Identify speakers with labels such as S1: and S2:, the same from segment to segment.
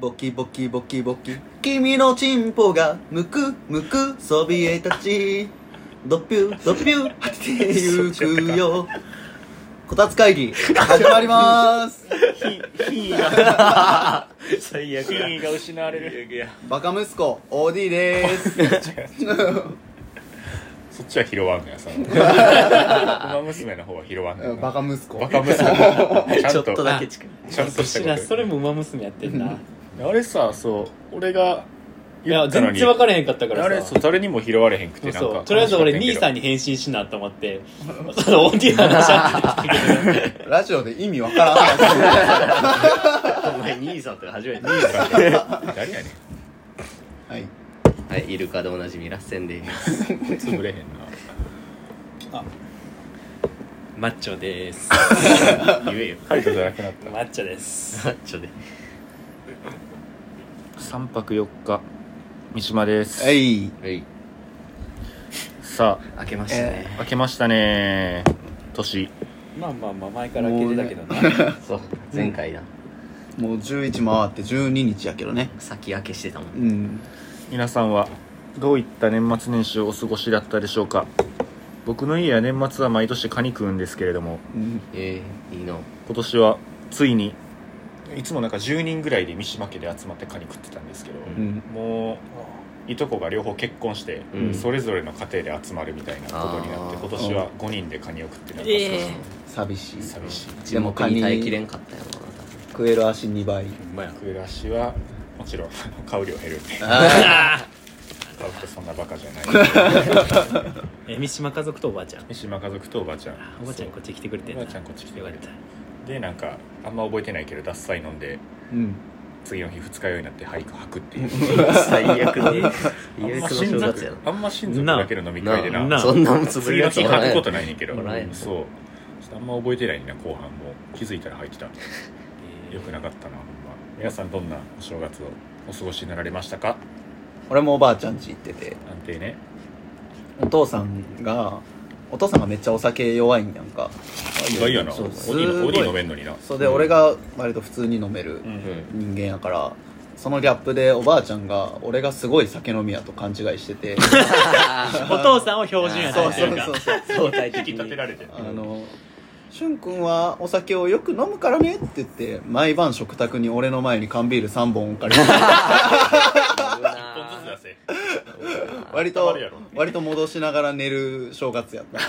S1: ボキボキボキボキ君のチンポがむくむくそびえ立ちドピュドピュ果ててゆくよこたつ会議始まります
S2: ヒーが
S3: 最悪
S2: ヒ
S3: や
S2: ーが失われる
S3: いや
S1: バカ息子 OD でー
S4: そっちは拾わんのや さ馬娘の方は拾わんのや
S1: す
S4: な
S1: バカ息子
S4: バ カ娘
S3: ちょっとだけ近い
S4: ちゃんとした
S2: そ
S4: こと
S2: それも馬娘やってんな
S4: あれさそう俺が
S2: いや
S4: 言ったの
S2: 全
S4: に
S2: 然分からへんかったからさ
S4: あれそう誰にも拾われへんくてなん
S2: そう
S4: か
S2: とりあえず俺兄さん
S4: に
S2: に返信しなと思ってそのオーディオのシャンプーで来たけど
S1: ラジオで意味わからん話
S3: お前兄さんとか初 めて
S4: 誰やねん
S1: はい
S3: はいイルカでおなじみラッセンでいます
S4: 潰れへんな
S2: マッチョです
S3: 言えよ
S4: カイトじゃなくなった
S2: マッチョです
S3: マッチョで
S4: 3泊4日三島です
S1: はい
S3: はい
S4: さ
S3: 開けました
S4: あ
S3: ね
S4: 明けましたね年
S2: まあまあまあ前から開けてたけどな
S3: そう前回だ
S1: もう11回って12日やけどね
S3: 先開けしてたも
S1: うんん
S4: 皆さんはどういった年末年始をお過ごしだったでしょうか僕の家は年末は毎年カニ食うんですけれども
S1: うん
S3: ええいいな
S4: 今年はついにいつもなんか10人ぐらいで三島家で集まってカニ食ってたんですけど、
S1: うん
S4: もういとこが両方結婚して、
S3: うん
S4: それぞれの家庭で集まるみたいなことになって
S3: あー
S4: 今年は5人でカニを食ってなんか
S2: え
S1: 寂しい
S4: 少し寂しい
S3: 地元に耐えきれんかったよな多分
S1: 食える足2倍
S4: 暮らしはもちろん あの買う量減るんで買うってそんなバカじ ゃない
S2: え三島家族とおばあちゃん
S4: 三島家族とおばあちゃん
S2: おばあちゃんこっち来てくれて
S4: お
S2: んな
S4: ばあちゃんこっち来て
S2: よ
S4: く
S2: かっ
S4: れて
S2: た
S4: でなんかあんま覚えてないけど脱菜飲んで
S1: うん
S4: 次の日二日酔いになって俳句吐くっていう
S3: 最悪で
S4: あん
S3: 憂
S4: ま
S3: 鬱の正
S4: 親
S3: 月や
S4: 族あんま親族だけの飲み会でな
S2: な
S3: そんなもんつぶ
S4: 次の
S3: や
S4: 日
S3: きは
S4: 吐
S3: な
S4: く
S3: い
S4: ことないねんけど
S3: ほらやん
S4: そうちょっとあんま覚えてないな後半も気づいたら吐いてた
S2: え
S4: よくなかったなほんま皆さんどんなお正月をお過ごしになられましたか
S1: 俺もおばあちゃん家行ってて
S4: 安定ね
S1: お父さんがお父さんがめっちゃお酒弱いんやんか
S4: 意外やな
S1: そう
S4: ボデ
S1: す
S4: ィの
S1: ご
S4: ボ
S1: い
S4: ディ飲めんのにな
S1: それで俺が割と普通に飲める
S4: うん
S3: う
S1: 人
S3: ん
S1: 間やからそのギャップでおばあちゃんが俺がすごい酒飲みやと勘違いしてて
S2: ーお父さんを標準やと
S1: そ
S2: 思
S1: う
S2: って
S1: そ
S2: る
S1: う
S2: か
S1: そうそう
S3: 相対
S4: 引
S3: 的
S4: き立て
S3: に
S4: られてる
S1: あのしゅんくんはお酒をよく飲むからねって言って毎晩食卓に俺の前に缶ビール3本置かれ て
S3: 危な
S4: 一本ずつ出せ
S1: 割
S4: たま
S1: と
S4: るやろ
S1: 割と戻しながら寝る正月やった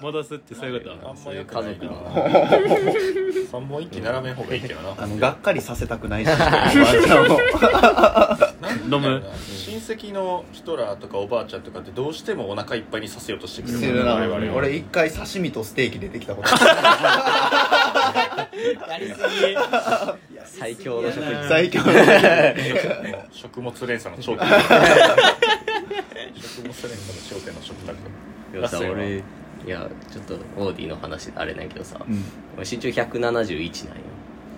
S2: 戻すってそういうこ
S4: あ
S2: と
S4: んまよくない
S3: 家族
S4: な三本一気並べん方がいいけどな
S1: あのがっかりさせたくないしおばあちゃんを
S2: 飲む
S4: 親戚の人らとかおばあちゃんとかってどうしてもお腹いっぱいにさせようとしてくる
S1: してるな
S4: 我々は
S1: 俺一回刺身とステーキ出てきた こと
S2: やりすぎ
S3: 最強の食事
S1: 最強の
S4: もう食物連鎖の頂点食物連鎖の頂点の食卓
S3: でもさ
S4: ラッセンは
S3: 俺いやちょっとオーディの話であれなんやけどさ、
S1: うん
S3: 俺身長171なんよ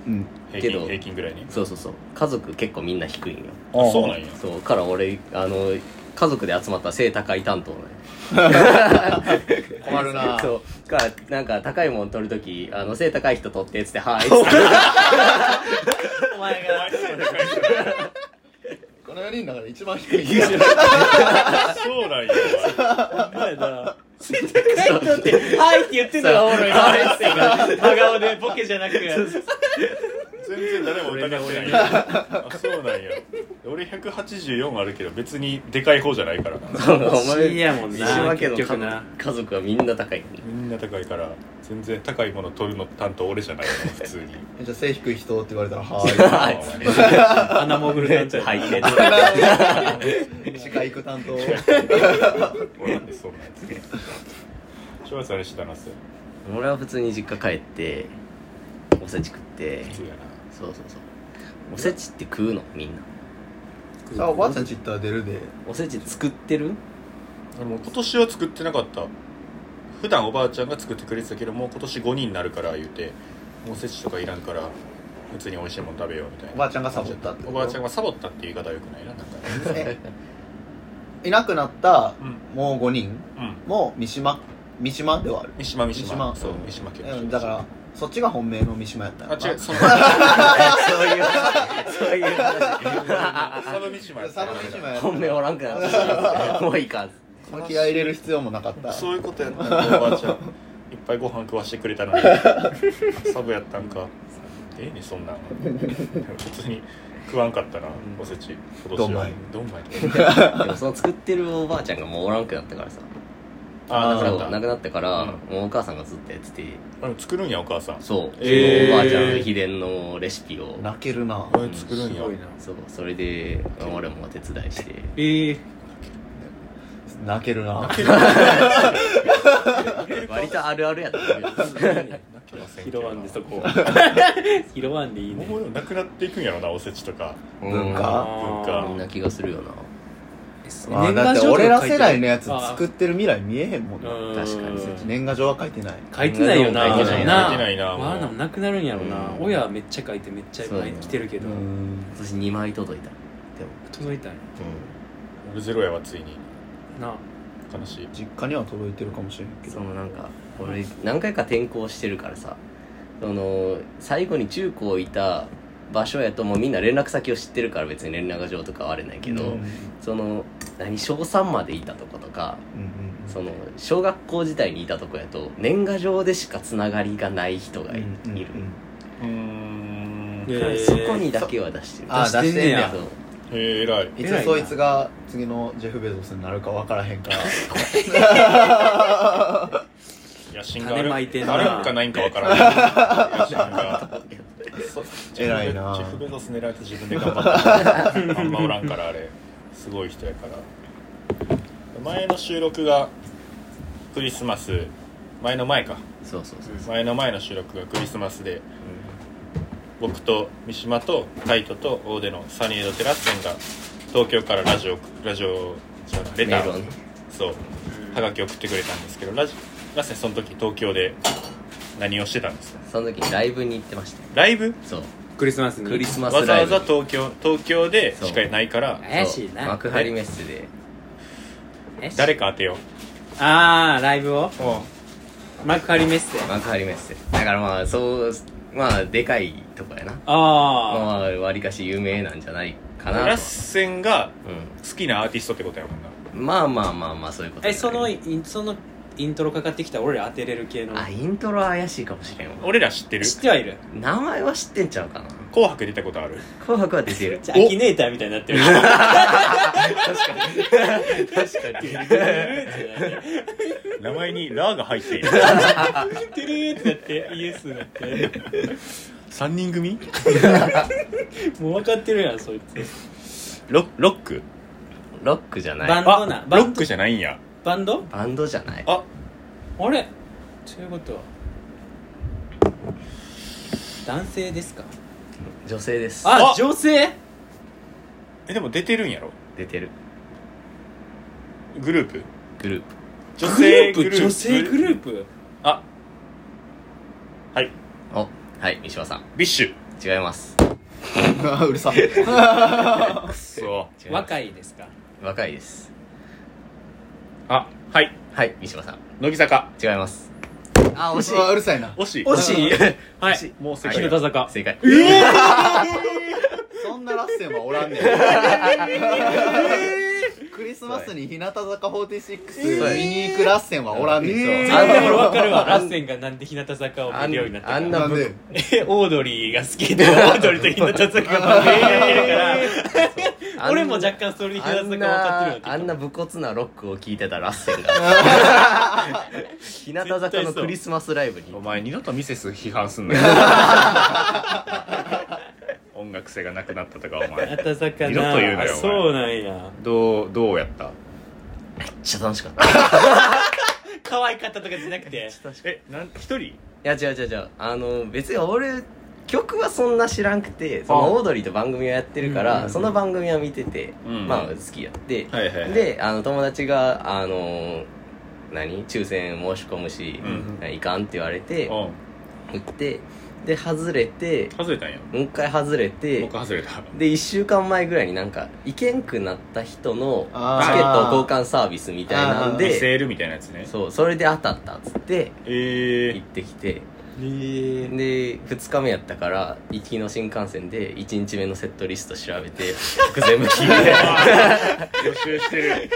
S1: うん
S4: 平
S3: け
S4: 均
S3: ど
S4: 平均ぐらいね
S3: そうそうそう家族結構みんな低いんよ
S4: あそうなんや
S3: そうから俺あの家族で集まったら背高い担当なんよ
S1: 困るな
S3: そうからなんか高いもん取るときあの背高い人取ってっつって「はい」っ つって
S2: お前が
S1: この4人の中で一番 低い
S4: そうなんや
S2: お前だ高い人って「はい」って言ってんのがおもろいな
S3: そう
S2: レッセンが真顔でボケじゃなく
S4: 全然誰も疑ってないあそうなんや俺184あるけど別にでかい方じゃないからな
S3: お
S2: いやもんな
S3: 西島家の家
S2: 結局な
S3: 族家族はみんな高いよね
S4: みんな高いから全然高いもの取るの担当俺じゃないから普 通に
S1: じゃあ背低い人って言わ れたらは
S3: はい
S2: 穴もぐるなんちゃう
S3: 入って
S1: ーい歯科行く担当
S4: 俺なんでそんなやつ正月あれしてたなっすよ
S3: 俺は普通に実家帰っておせち食って
S4: 普通やな
S3: そうそうそうおせちって食うのみん な
S1: あおばあちゃんち行ったら出るで
S3: おせち作ってる
S4: でも今年は作ってなかった普段おばあちゃんが作ってくれてたけどもう今年5人になるから言うてもうおせちとかいらんから普通に美味しいもの食べようみたいな
S1: おばあちゃんがサボったってこと
S4: おばあちゃんがサボったっていう言い方はよくないななんか
S1: えいなくなった
S4: うん
S1: もう5人
S4: うん
S1: も三島三島ではある
S4: 三島三島
S1: 三島
S4: そう三島家
S1: うんだからそっちが本命の三島やったん
S4: あ
S1: やな
S4: 違う その
S3: そういう、そういう話。
S4: サブ三島やった
S1: サブ三島やった
S3: 本命おらんくな った。もういいか。
S1: その気合い入れる必要もなかった
S4: そういうことやったんかおばあちゃんいっぱいご飯食わしてくれたのにサブやったんかええねそんなん普通に食わんかったなおせち今年はどんまい
S3: でもその作ってるおばあちゃんがもうおらんくなったからさ。
S4: ああなくなっ
S3: そう
S4: た
S3: 亡くなったから、
S4: うん
S3: もうお母さんがずっとやってて、
S4: あの作るんやお母さん
S3: そう、
S4: えー
S3: そのおばあちゃん秘伝のレシピを。
S1: 泣けるな
S4: これ作るんや
S3: そう、それで、俺もお手伝いして。
S2: ええ
S1: 泣けるな
S3: 割とあるあるやったけど。
S4: 泣けませんけ
S2: 拾
S4: ど
S2: わんでそこ拾わんでいいね
S4: もうなくなっていくんやろなおせちとか
S1: 文化
S4: 文
S2: あ
S3: みん
S4: 化
S3: な気がするよな。
S1: まあだって俺ら世代のやつ作ってる未来見えへんもんな
S3: 確かに
S2: そ
S3: そっ
S2: っち
S3: ち
S2: ね
S1: 年賀状は書いてない
S2: 書いてないよな
S3: 書いてない
S4: 書いてないな
S2: まあでもなくなるんやろな
S3: うん
S2: 親はめっちゃ書いてめっちゃいっぱい来てるけ
S1: う
S2: ど
S1: ん
S3: 今年2枚届いた。
S2: 届いたんや
S4: 俺ゼロやわついに
S2: な
S4: 悲しい
S1: 実家には届いてるかもしれんけ
S3: そ
S1: ど
S3: のなんか俺何回か転校してるからさその最後に中高いた場所やともうみんな連絡先を知ってるから別に連絡状とかはあれないけど、
S1: うん
S3: その何小3までいたとことか
S1: うん
S3: その小学校時代にいたとこやと年賀状でしかつながりがない人がい,、
S1: うん
S3: る
S1: う、ん
S4: うーん
S2: ね
S4: え
S2: へー
S3: そこにだけは出してる
S1: あー出してんねや
S3: そう
S4: え偉い
S1: いつそいつが次のジェフ・ベゾスになるか分からへんから
S4: 野心があ
S2: 種
S4: る
S2: まいてんな
S4: あるんかないんかわからない野心がそ
S1: 偉いな
S4: ジェフ・ベゾス狙って自分で頑張ったあんまおらんからあれすごい人やから前の収録がクリスマス前の前か
S3: そうそうそう
S4: 前の前の収録がクリスマスで僕と三島とカイトと大手のサニード・テラッセンが東京からラジオラジオじゃないレ
S3: メ
S4: タ
S3: ール
S4: ー
S3: をね
S4: そうはがき送ってくれたんですけどラジラッセンその時東京で何をしてたんですか
S3: その時にライブに行ってました
S4: ライブ
S3: そう
S2: クリスマスに
S3: クリスマ
S4: わ
S3: ス
S4: ざ
S3: ライブ
S4: わざ東京東京でしかないから
S2: そう怪しいな
S3: そう幕張メッセで
S4: 誰か当てよ
S2: ああライブを
S4: うも
S2: 幕張メッセ
S3: 幕張メッセだからまあそうまあでかいとこやな
S2: ああ
S3: まあ割かし有名なんじゃないか
S4: う
S3: なと
S4: ラッセンが
S3: う
S4: 好きなアーティストってことやもんなん
S3: まあまあまあまあそういうこと
S2: えその
S3: あ
S2: インそのイントロかかってきたら俺ら当てれる系の
S3: イントロは怪しいかもしれんわ
S4: 俺ら知ってる
S2: 知ってはいる
S3: 名前は知ってんちゃうかな
S4: 「紅白」出たことある
S3: 紅白は出てる
S2: じゃあアキネーターみたいになってる確かに確かに
S4: 名前に「ラ」が入っている
S2: てるーってなってイエスなって
S4: 3人組
S2: もう分かってるやんそいつ
S4: ロロック
S3: ロックじゃな
S2: バン
S3: い
S2: ドな
S4: ロッ
S2: バン
S4: クじゃないんや
S2: バンド
S3: バンドじゃない
S4: あ
S2: あれということは男性ですか
S3: 女性です
S2: あ
S4: あ
S2: 女性
S4: えでも出てるんやろ
S3: 出てる
S4: グループ
S3: グループ
S4: 女性
S2: グ
S4: グルー
S2: ループ
S4: プ
S2: 女性グループ
S4: あはい
S3: おはい三島さん
S4: ビッシュ
S3: 違います
S1: うるさ
S4: くそ
S3: 違います
S2: 若いですか
S3: 若いです
S4: あはい
S3: はい三島さん
S4: 乃木坂
S3: 違いますあ惜し
S1: うるさいな
S4: 惜しい
S3: い惜しい
S2: は
S4: 惜し
S2: い
S4: もう世
S3: はい
S4: 界
S2: 日
S4: だ
S2: 向坂
S3: 正解
S1: そんなラッセンはおらん ねんクリスマスに日向坂46見に行くラッセンはおらんねん
S2: 全
S1: じゃあ
S2: 然俺分かるわラッセンがなんで日向坂を見るようになった
S3: あん
S2: か
S3: な
S1: なんで
S2: えオードリーが好きでオードリーと日向坂がめっちゃ見るから
S3: あん
S2: 俺も若干それで日向坂分かってるようになっ
S3: あ
S2: てきた
S3: んなあんな武骨なロックを聴いてたラッセンが日向坂のクリスマスライブに
S4: お前二度とミセス批判す んなよ音楽性がなくなったとかお前二
S2: 暖かな
S4: 度と言うなよ
S2: あそうなんや
S4: どうどうやった
S3: めっちゃ楽しかったい
S2: 可愛かったとかじゃなく て
S4: えなん一人
S3: や違う違う違うあの別に俺曲はそんな知らんくてそのオードリーと番組をやってるか
S2: うんうんう
S3: ら
S2: ん
S3: その番組は見てて、
S4: うん
S3: まあ好きやって、
S4: はいはいはい
S3: であの友達があの何抽選申し込むし、
S4: う
S3: いかんって言われて
S4: うん
S3: 行ってで外れて
S4: 外れたんや
S3: もう一回外れて
S4: 僕外れた
S3: で1週間前ぐらいになんか行けんくなった人のチケ
S1: あー
S3: ット交換サービスみたいなん
S4: リ
S3: で
S4: セールみたいなやつね
S3: そうそれで当たったっつって
S4: え
S3: 行ってきて
S2: え
S3: で2日目やったから行きの新幹線で1日目のセットリスト調べて曲全部聞い て
S4: 予習してる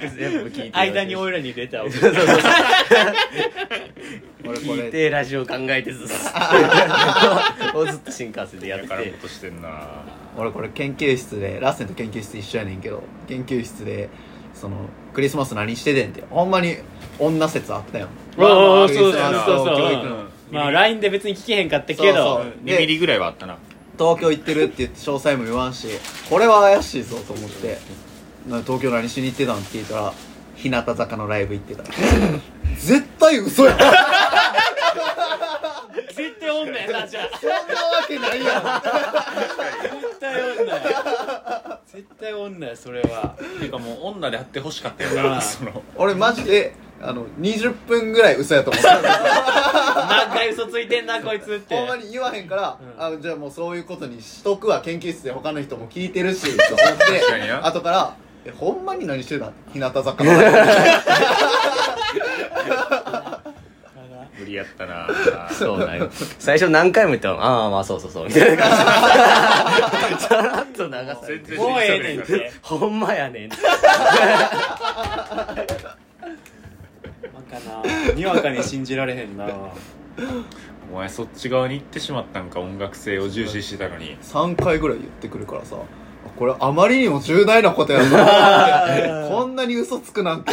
S3: 曲全部聞いて
S2: 間に俺らにレターを
S3: そうそうそう
S1: 俺こ
S3: 聞い
S1: れ
S3: てラジオ考えてずっとをずっと新幹線でや
S4: や
S3: っ
S4: からん
S3: て
S4: ことしてんな
S1: 俺これ研究室でラッセンと研究室一緒やねんけど研究室でそのクリスマス何しててんってほんまに女説あったよ
S2: わあわあそう
S4: だよな
S2: そうそう
S1: 教
S2: そう
S1: 育の
S2: まあ LINE で別に聞けへんかったけ
S1: そ
S2: ど
S1: うそう
S4: 2ミリぐらいはあったな
S1: 東京行ってるって言って詳細も言わんしこれは怪しいぞと思ってな東京何しに行ってたんって言ったら日向坂のライブ行ってた 絶対嘘やん
S2: 絶対女やなじゃ あ
S1: そんなわけないやん
S2: 絶対女や絶対女やそれは
S4: ていうかもう女であってほしかった
S2: よな
S4: その
S1: 俺マジであの20分ぐらい嘘やと思った
S2: 何回嘘ついてんなこいつって
S1: ほんまに言わへんから、
S2: う
S1: あじゃあもうそういうことにしとくわ研究室で他の人も聞いてるしと思って
S4: 確かにな
S1: 後からえ「ほんまに何してたん日向坂のライ
S4: 無理やったな
S3: そうなんよ最初何回も言ったのああまあそうそうそうみたいな感じでさらっと流され
S4: 全
S3: て
S4: 然
S2: もうええねんって
S3: ほんまやねんって
S2: まかなにわかに信じられへんな
S4: お前そっち側に行ってしまったんか音楽性を重視してたのに
S1: ブ3回ぐらい言ってくるからさあこれあまりにも重大なことやなこんなに嘘つくなんて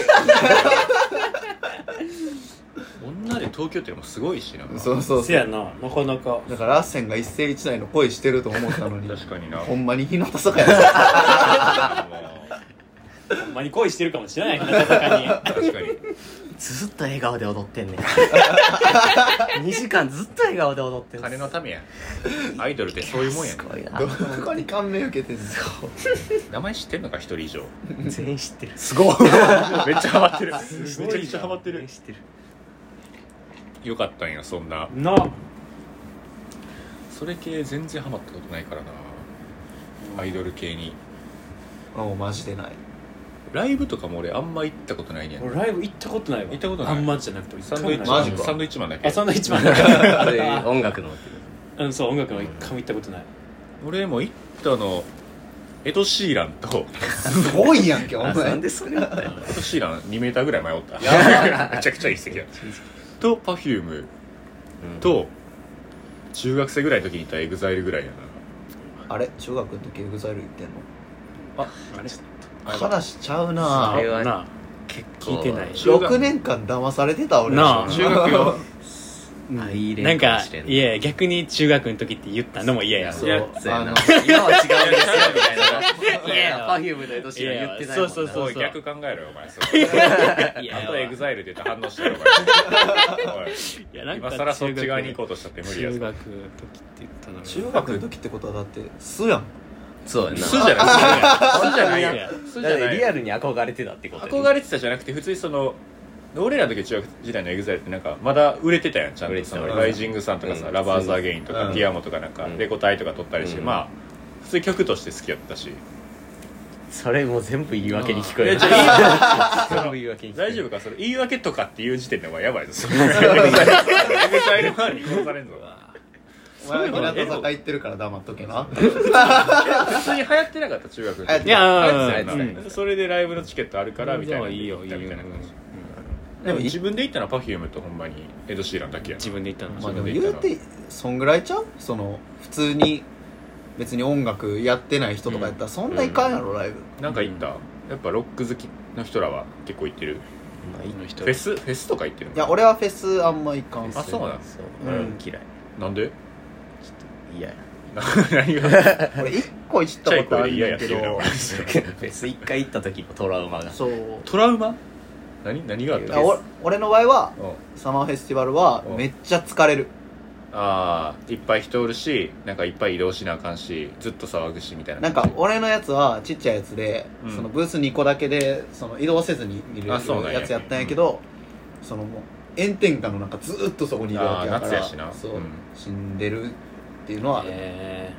S4: 女で東京ってのもすごいしな
S1: そうそう
S2: せ
S1: そう
S2: やななかなか
S1: だからラッセンが一世一代の恋してると思ったのに
S4: 確かにな
S1: ほんまに日向坂や
S2: ほんまに恋してるかもしれない日向坂に
S4: 確か に
S3: ずっと笑顔で踊ってんねん2時間ずっと笑顔で踊ってん
S4: 金のためやアイドルってそういうもんや
S3: すごいな
S1: どこに感銘受けてんの
S4: 名前知ってんのか一人以上
S3: 全員知ってる
S1: すごい
S4: めっちゃハマってる
S2: ごいな
S4: めちゃくちゃハマって
S3: 全員
S4: る
S3: 知ってる
S4: よかったんやそんな
S2: なあ
S4: それ系全然ハマったことないからなアイドル系に
S1: もうマジでない
S4: ライブとかも俺あんま行ったことないねん
S2: 俺ライブ行ったことないわ
S4: 行ったことない
S2: あんまじゃなくて俺
S4: サンドイッチ
S1: マ
S4: マ
S1: ジ
S4: ン
S1: か
S4: サンドイッチマンだけ
S2: あサンドイッチマン
S3: そういう音楽の
S2: うんそう音楽の一回も行ったことない
S4: 俺も行ったのエド・シーランと
S1: すごいやんけお
S3: あ
S1: 前
S3: なんでそれみたいな
S4: エド・シーラン2メーターぐらい迷っためちゃくちゃいい席だと Perfume と中学生ぐらいの時にいた EXILE ぐらいや
S1: あれ中学の時エグザイル行ってんの
S4: なあ
S2: あれ
S4: あ
S1: 話ちゃう
S3: あ
S1: な
S3: れは
S2: なあ結構聞いてない
S4: 中学
S1: 6年間騙されてた俺
S2: なあ
S4: 中学よ
S3: あいいね
S2: なん
S3: も
S2: か
S3: しれん
S2: いや逆に中学の時って言ったのも嫌や
S4: い
S1: そう
S4: や
S3: そうやな
S1: あの
S3: 今は違うんですよみたいないやいや
S2: いや
S3: Perfume のエドシーラン言ってないもんな
S2: そうそうそう
S4: おい逆考えろよお前それ
S2: い
S4: あ
S2: や
S4: とエグザイルって言って反応したよ
S2: いや
S4: お前おい
S2: なんか
S4: 今更そっち側に行こうとしたって無理や
S2: 中
S4: ぞ
S2: 学の時って言ったの
S1: 中学の時ってことはだって素やん
S3: そうやな
S4: 素じゃない素じゃない
S2: いや
S4: や
S2: い
S4: ん
S2: や
S4: 素じ
S3: だ
S4: ゃ
S3: って
S4: ない
S3: リアルに憧れてたってことやね
S4: 憧れてたじゃなくて普通にその俺らの時中学時代のエグザイルってなんかまだ売れてたやんちゃん
S3: 売れ
S4: と
S3: て
S4: そ
S3: た
S4: の
S3: 売れてた
S4: ライジングさんとかさ、
S3: うん
S4: ラバーズアゲインとか、
S1: うん
S4: ティアモとかなんか、
S3: うん
S4: レコ大とか撮ったりして、
S3: うん
S4: まあ普通に曲として好きやったし
S3: それもう全部言い訳に聞こえる
S4: いやい
S3: 全部言い訳 に聞こえ
S4: 大
S3: る
S4: 丈夫かそれ言い訳とかっていう時点でお前やばい ぞエグザイル周りに殺されんぞ
S1: お前
S4: そう
S1: は
S4: や
S1: 日
S4: ろ
S1: 向坂行ってるから黙っとけな
S4: 普通に流行ってなかった中学の時
S1: 流行って
S2: いや
S4: 流行ってたよ
S2: うん
S4: なそれでライブのチケットあるからみたいな
S2: じゃあいいよいいよ
S4: みたいな感じ
S1: ん
S4: でも自分で行ったのは Perfume とほんまにエド・シーランだけやな
S2: 自分で言ったの
S1: まあでも言うてそんぐらいちゃうその普通に別に音楽やってない人とかやったらそんないかんやろライブ
S4: なんか行った、やっぱロック好きの人らは結構行ってる
S3: まあいいの人
S4: フェスフェスとか行ってるの
S1: いや俺はフェスあんまいかん
S4: あそうなん
S3: そううんうん嫌い
S4: なんで
S3: 嫌や
S4: な何が
S1: 俺一個行っ
S4: ちゃ
S1: た
S4: い
S1: ことあ
S4: 声
S1: るん
S4: で嫌や
S1: や
S4: っ
S1: け
S4: て
S1: ど
S4: 言うな
S3: フェス一回行った時のトラウマが
S1: そう
S4: トラウマ何何があっ
S1: い
S4: た
S1: やお俺の場合は
S4: うん
S1: サマーフェスティバルはめっちゃ疲れる
S4: ああいっぱい人おるしなんかいっぱい移動しなあかんしずっと騒ぐしみたいな
S1: なんか俺のやつはちっちゃいやつで、
S4: うん
S1: そのブース2個だけでその移動せずに見るや
S4: あそうなんや
S1: つやったんやけどそのもう炎天下の中ずーっとそこにいるわけだから
S4: あー夏やしな
S1: そう、
S4: うん
S1: 死んでるっていうのは、
S2: え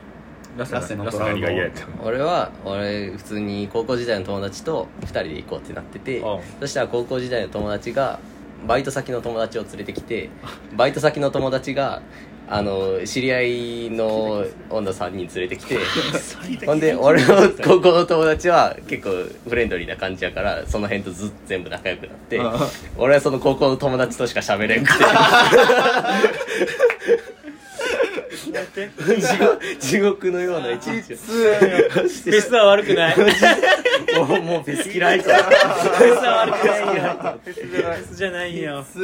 S4: ラス
S1: ラスの
S4: ラス
S1: トラウマ
S4: 何が嫌やったの
S3: 俺は俺普通に高校時代の友達と2人で行こうってなってて
S4: あ
S3: そしたら高校時代の友達がバイト先の友達を連れてきてバイト先の友達があの知り合いの女3人連れてきてほんで俺の高校の友達は結構フレンドリーな感じやからその辺とずっと全部仲良くなって
S1: ああ
S3: 俺はその高校の友達としか喋れんくて 地獄地獄のような一日を
S2: フェスは悪く ない。フェス
S3: もうもうフェス嫌いか
S2: は悪くないよ。フェスじゃないよ。
S1: す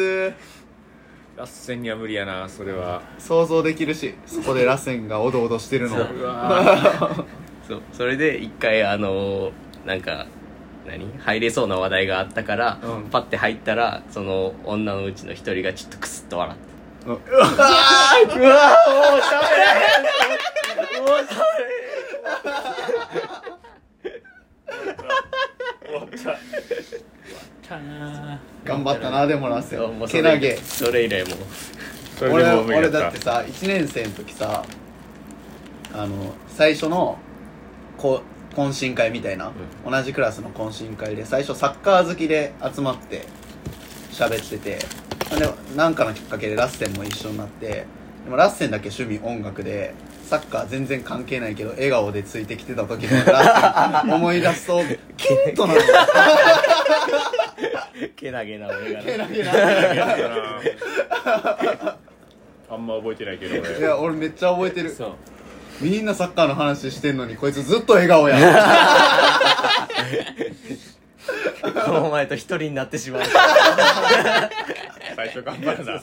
S5: ラッセンには無理やなそれは
S1: 想像できるしそこで螺旋がおどおどして るの
S3: そう
S5: うわ
S3: そうそれで一回あのーなんか何入れそうな話題があったから、
S1: うん
S3: パッて入ったらその女のうちの一人がちょっとクスッと笑って
S1: うわ
S3: うわもう喋
S2: かな
S1: 頑張ったなでも螺
S3: れんも
S1: 旋
S3: うそ
S1: け
S3: れ
S1: なげ
S3: それ以来もう
S4: それ
S1: 俺
S4: でも無理
S1: 俺
S4: だ
S1: だ
S4: っ
S1: ったてさ1年生の時さあの最初のこ懇親会みたいな、同じクラスの懇親会で最初サッカー好きで集まって喋っててでなんかのきっかけでラッセンも一緒になってでもラッセンだけ趣味音楽でサッカー全然関係ないけど笑顔でついてきてた時のラッ セン思い出すとキュンとなる
S3: けなげな俺が
S1: け
S3: ね
S1: なげな
S4: あんま覚えてないけど
S1: い
S4: 俺
S1: や俺めっちゃ覚えてる
S2: そう。
S1: みんなサッカーの話してんのにこいつずっと笑顔や
S3: お前と一人になって しまう
S4: 最初頑張るな
S2: 我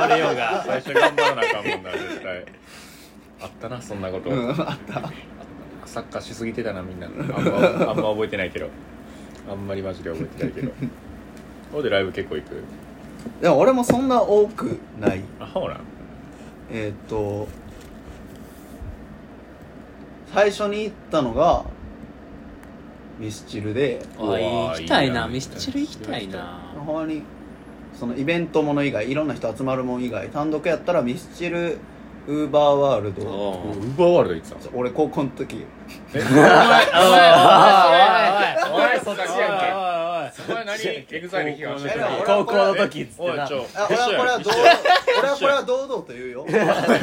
S2: 々ようが。
S4: 最初頑張らなあかんもんな絶対
S5: あったなそんなこと、
S1: うん あった
S5: サッカーしすぎてたなみんなあん
S4: あんまあんま覚えてないけどあんまりマジで覚えてないけどほうでライブ結構行く
S1: でも俺もそんな多くない
S4: あほうなん
S1: えーっと最初に行ったのがミスチルで
S4: うわ
S2: あ行きたい
S4: いいな
S2: な。ミスチル行きたいな。
S1: ほんまにそのイベントもの以外いろんな人集まるもん以外単独やったらミスチルウーバーワールド
S4: ウーバーワールド行ってたの
S1: 俺高校の時
S2: あおいおいおいおいおい
S5: そっちやん
S2: け
S5: お前何エグザイル批判して
S1: え
S5: る
S1: でも俺
S3: 高校の時っつって
S4: おい
S3: な
S4: ちょ
S1: あ俺はこれは堂
S4: 一
S1: 々
S4: 緒や
S1: 俺はこれは堂々と言うよ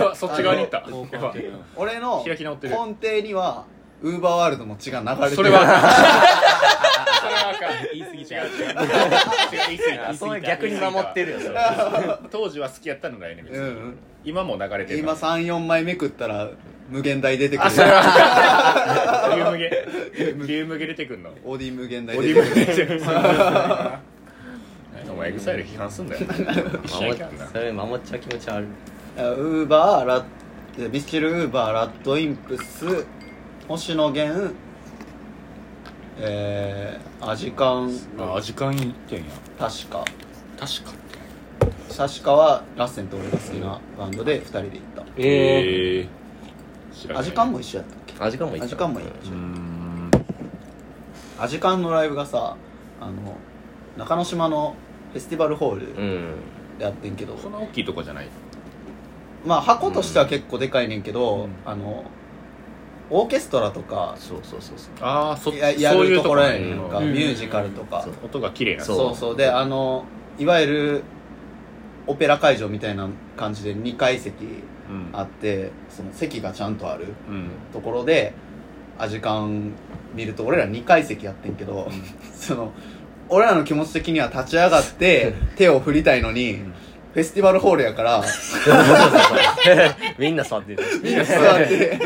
S5: のそっち側に行った
S2: 高校の時
S1: 俺の
S5: 開き直ってる
S1: 根底にはウーバーワールドの血が流れてる
S5: それはあかんそれはあかん
S2: 言い過ぎちゃう
S5: 違う違う違う言い過ぎた
S3: あそれ逆に守ってるよそれ
S4: 当時は好きやったのがええねん別
S1: う
S4: に、
S1: ん
S4: 今も流れてる
S1: 今
S4: から
S1: 34枚めくったら無限大出てくる
S4: ゲームゲゲームゲ出てくんの
S1: オーディ無限大
S4: ボ
S1: 出
S4: デ
S1: て
S4: ィ
S1: く
S4: ブ
S1: る
S4: ル出てくんのお前エグサイル批判すんだよ一緒
S3: 守
S4: や
S3: っ
S4: けどな
S3: それ守っちゃう気持ち悪い
S1: ウーバーラッビスチルウーバーラッドインプス星野源えー、アジカン
S4: あ時間いってんや
S1: 確か
S4: 確か
S1: 確かはラッセンと俺が好きなバンドで2人で行っ
S2: ええ。
S4: え知
S1: た
S4: らない
S1: アジカンも一緒やったっけ
S3: 味かもいい
S1: アジカンもいいで
S4: う
S1: し
S4: ー
S1: ょ
S4: ん
S1: アジカンのライブがさあの中之島のフェスティバルホール
S3: う
S1: で
S3: ん
S1: やってんけど、
S4: そんな大きいとこじゃない
S1: まあ箱としては結構でかいねんけど、
S4: うん
S1: あのオーケストラとか
S3: そうそうそう そう
S4: ああそ
S1: やや
S4: そうい
S1: る
S4: う
S1: ところや
S4: ね
S1: ねん
S4: ん
S1: か、
S2: うん
S1: ミュージカルとか、
S3: そう
S4: 音が綺麗な
S3: そう
S1: そうそうであのいわゆるオペラ会場みたいな感じで2階席
S4: うん
S1: あってその席がちゃんとある
S4: うん
S1: ところでアジカン見ると俺ら2階席やってんけど、 その俺らの気持ち的には立ち上がって手を振りたいのに、
S4: ん
S1: フェスティバルホールやから
S3: みんな座ってる
S1: みん な座って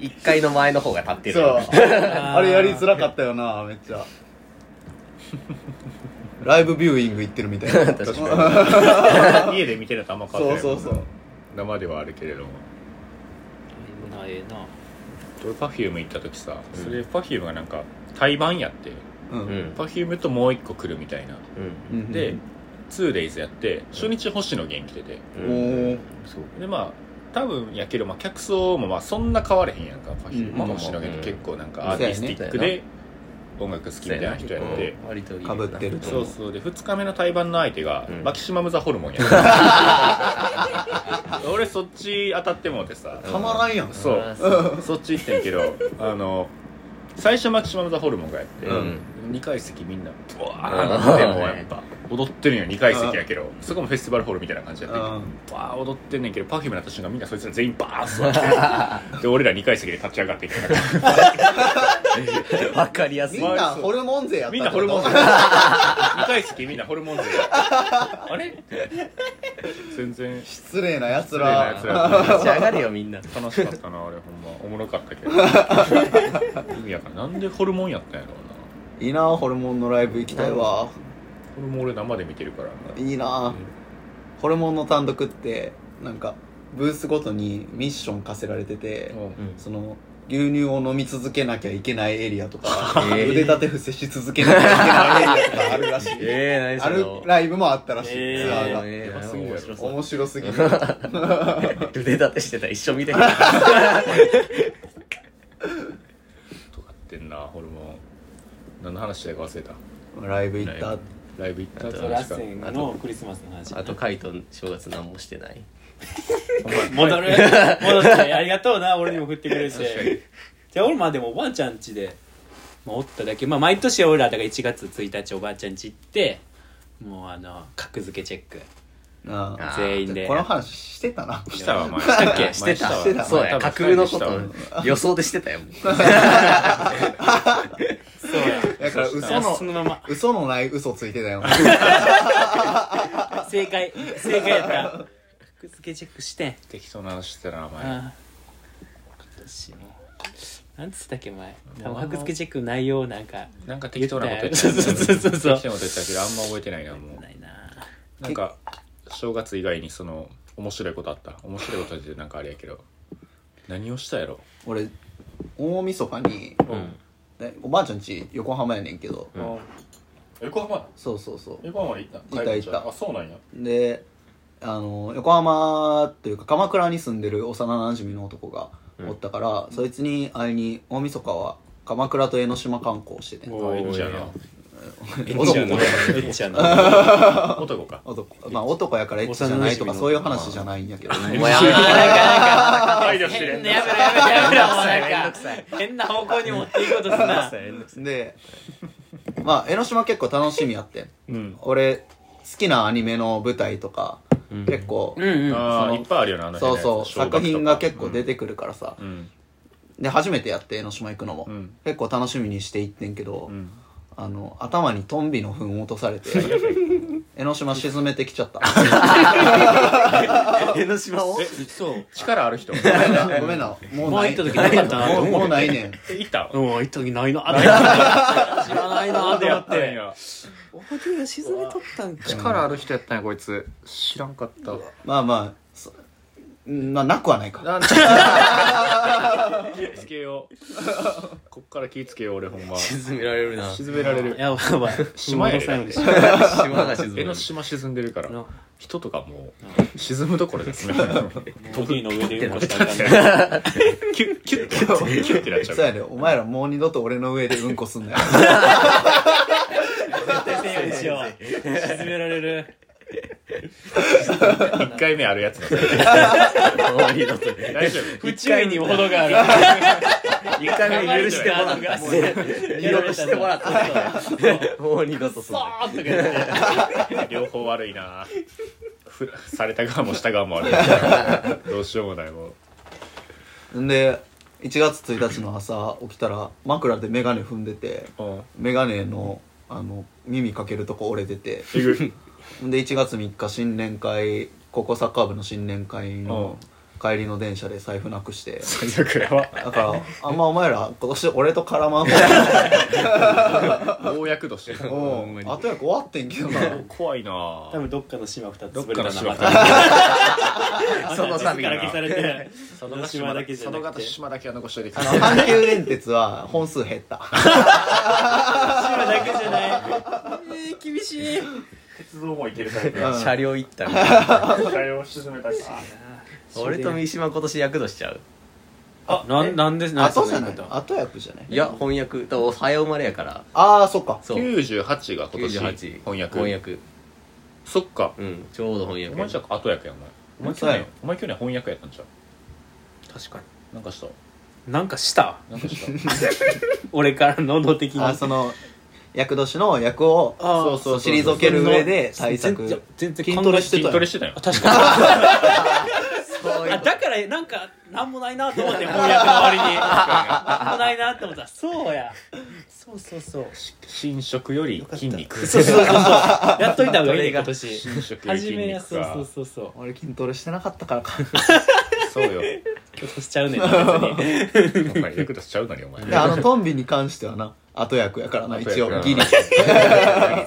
S3: 一階の前の方が立ってる
S1: そうあれやりづらかったよなめっちゃライブビューイング行ってるみたい な
S3: 確かに
S4: 家で見てるとあんま変
S1: そ
S4: わ
S1: う
S4: って
S1: そ
S4: ないう
S1: そう
S4: 生ではあるけれども
S2: なええな。
S4: 俺 Perfume 行った時さそれ Perfume がなんか対バンやって
S1: う
S3: うんん
S4: Perfume ともう一個来るみたいな
S3: う
S1: うん
S4: で 2days やって初日星野源来てて
S1: お
S3: んうん
S1: ー
S3: そう
S4: でまあ多分やけど、まあ、客層もまあそんな変われへんやんか Perfume
S1: うん
S4: と星野源って結構なんかアーティスティック
S3: そうや
S4: で音楽好きみたいな人やって
S3: うん割といい
S1: かぶってると
S4: そうそうで2日目の対バンの相手が、
S3: うん
S4: マキシマム・ザ・ホルモンや 俺そっち当たってもうてさ
S1: たまらんやん
S4: そう
S3: そう
S4: そっち行ってんけどあの最初マキシマム・ザ・ホルモンがやって、
S3: うん
S4: 2階席みんなブワーってもうやっぱ踊ってるよ2階席やけどそこもフェスティバルホールみたいな感じやって
S1: うん
S4: バー踊ってんねんけど Perfume になった瞬間みんなそいつら全員バーッ 座ってで俺ら2階席で立ち上がっていくから
S3: わかりやす
S1: み
S3: い
S1: んなホルモン勢やった
S4: みんなホルモン
S1: 勢
S4: 勢2階席みんなホルモン勢あれ全然失
S1: 失礼なやつ
S4: 礼
S1: ら
S4: なやつら
S3: 立ち上がれよみんな
S4: 楽しかったなあれほんまおもろかったけど意味やからなんでホルモンやったんやろうない
S1: いなホルモンのライブ行きたいわ
S4: ホルモン俺生で見てるからない
S1: いなホルモンの単独ってなんかブースごとにミッション課せられてて
S3: うん
S1: その牛乳を飲み続けなきゃいけないエリアとか
S3: えー
S1: 腕立て伏せし続けなきゃいけないエリアとかあるらしい
S3: ええ
S1: ある
S3: 何それ
S1: ライブもあったらしい
S2: えー
S1: ツアーが
S3: え
S4: やばすぎるやろ
S3: 面
S1: 面白すぎる
S3: 白い腕立てしてたら一緒見てくる
S4: とかってんなホルモン何の話したか忘れた
S1: ライブ行った
S4: ライブ行ったって
S2: トラッ
S4: 話か
S2: センのクリスマスの話
S3: あとカイト正月何もしてない
S2: 戻る戻ってありがとうな俺にも振ってくれるしじゃあ俺まあでもおばあちゃん家で、まあ、おっただけまあ毎年俺らだから1月1日おばあちゃん家行ってもうあの格付けチェック
S1: なあ
S3: あー
S2: 全員で
S1: この話してたな
S4: したわ前
S2: したっけ
S4: 前
S3: してた
S1: してた
S3: そうや架
S4: 前多
S3: 空
S4: 分
S3: のこ
S4: したわ
S3: と予想でしてたよ
S2: そうや
S1: だから嘘
S2: そ
S1: の
S2: のまま
S1: 嘘のない嘘ついてたよ
S2: 正解正解やった格付けチェックして
S4: 適当な話してたな前
S2: ああ今年もなんつったっけ前多分格付けチェックの内容なんか
S4: なんか適当なこと言っ
S2: そうそうそうそうそう
S4: 適当なこと言ったけどあんま覚えてないなも
S2: ないうな
S4: なんか正月以外にその面白いことあった面白いことってなんかあれやけど何をしたやろ
S1: 俺大晦日に
S4: うん
S1: ねおばあちゃん家横浜やねんけど、
S4: 横浜
S1: そうそうそう
S4: 横浜行った
S1: 行った行った
S4: あそうなんや
S1: であの横浜というか鎌倉に住んでる幼なじみの男がおったから、そいつに会いに大晦日は鎌倉と江ノ島観光してて
S2: お
S4: あエッチやな
S1: 男
S2: えっちゃんの
S4: 男 か
S1: 男まあ男やからエッチじゃないとかそういう話じゃないんやけど
S3: もうやめろ
S4: 配慮して
S2: 変
S4: る
S2: なやめろやめろやめろもう
S3: めん
S2: な
S3: ど
S2: ん
S3: くさい
S2: か変な方向に持っていこうとすな
S1: でまあ江ノ島結構楽しみやってん
S4: うん
S1: 俺好きなアニメの舞台とか、結構、
S2: うんうん
S4: あ
S1: そ
S4: あ
S1: の
S4: いっぱいあるよなあの
S1: そう
S4: 辺
S1: そう作品が結構出
S4: て
S1: てくるからさ、
S4: うん
S1: で初めてやって江ノ島行くのも、
S4: うん
S1: 結構楽しみにして行ってんけど、
S4: うん
S1: あの頭にトンビの糞落とされ て江ノ島沈めてきちゃった
S3: 江ノ島を
S4: えそう力ある 人
S1: ごめんなごめんなもうない
S2: もう行った時なかったな
S1: もうもうないねん
S4: えいた
S2: うん、行った時ないな。あ、ないな。知らないな、と思って。お酒が沈めとったんか。
S4: 力ある人やったんやこいつ知らんかったわ
S1: まあまあそまあなくはないか
S4: なんで気ぃつけようこっから気ぃつけよう俺ほん ま
S3: 沈められるな
S4: 沈められる
S2: やばいやばい。
S4: 島やで
S2: さんより
S3: 島が沈
S4: 江
S3: む
S4: の島沈んでるから
S2: の
S4: 人とかもう沈むどころですね
S2: トフィーの上でうんこしたらあかんね
S4: キュッキュッてなっちゃうキュッてなっちゃ う
S1: そうやでお前らもう二度と俺の上でうんこすんなよ
S2: 絶対せんようにしよう。沈められる。
S4: 一回目あるやつなんで
S3: 終わりだと
S4: 大丈
S2: 宇宙にも程がある。
S3: 一回目許してもらったもう二度としてもらったそうもう二度とそう
S2: あーとか言って
S4: 夫両方悪いなふされた側もした側も悪いどうしようもないもうん
S1: で1月1日の朝起きたら枕で眼鏡踏んでて
S4: うん
S1: 眼鏡のあの耳かけるとこ折れてて
S4: えぐい
S1: で1月3日新年会高校サッカー部の新年会の帰りの電車で財布なくして
S4: 最悪やば
S1: だからあんまお前ら今年俺と絡まんほうが
S4: 大躍動してる
S1: うん後役終わってんけどな
S4: 怖いな
S2: 多
S4: ぁ
S2: 分どっかの島二つ
S4: どっ
S2: 潰
S4: か
S2: れ
S4: の
S2: た
S4: 島
S2: な。また
S3: その
S2: 地図
S3: 度
S2: か
S3: が
S2: ら消されて。その島だけじゃ
S4: そ
S2: な
S4: の
S2: く
S4: 方
S2: て。
S4: 島だけは残しといてく
S1: あ
S4: だ
S1: の
S4: さ い
S1: 阪急電鉄は本数減った
S2: 島だけじゃない。えー厳しい。
S4: 鉄道も行けるタイプ
S1: うん
S3: 車両行ったね
S4: 車両を沈めたし
S3: 俺と三島今年躍動しちゃう
S2: あ、なん、なんで、なんで
S1: 後
S2: そん
S1: じゃ
S2: な
S1: な
S2: こ
S1: い
S2: と。
S1: 後役じゃない
S3: いや翻訳と早生まれやから
S1: ああそっか
S3: そう
S4: 98が今年
S3: 98
S4: 翻訳
S3: 翻訳
S4: そっか
S3: うんちょうど翻
S4: お
S3: 訳
S4: 前じゃ後役やお前お前去
S1: そうや
S4: 年お前去年翻訳やったんちゃう
S2: 確かに。
S4: なんかした
S2: なんかした
S4: なんかした
S2: 俺から能動的に
S1: あその役年の役を
S2: あー
S1: そうそう退ける上で対策
S2: 全然全然
S1: 筋トレして
S5: 筋
S1: た
S5: ト
S1: よ
S5: レしてたよ
S2: あ確か
S1: そう
S2: に
S1: い
S2: あ
S1: う
S2: だからなんかなんもないなと思って翻訳の割になんもないなと思ったらそうやそうそうそう
S4: 新食より筋肉
S2: そうそうそうそうやっといた方がいいね今年
S4: 新食より
S2: 初
S4: 筋
S2: めや
S4: 肉
S2: そう
S4: か
S2: そうそうそう
S1: 俺筋トレしてなかったからか
S4: そうよ
S2: 今年しちゃうねんな別に
S4: お前役立ちちゃうのにお前
S1: であのトンビに関してはな後役やからな一応
S4: 後役
S1: ギリ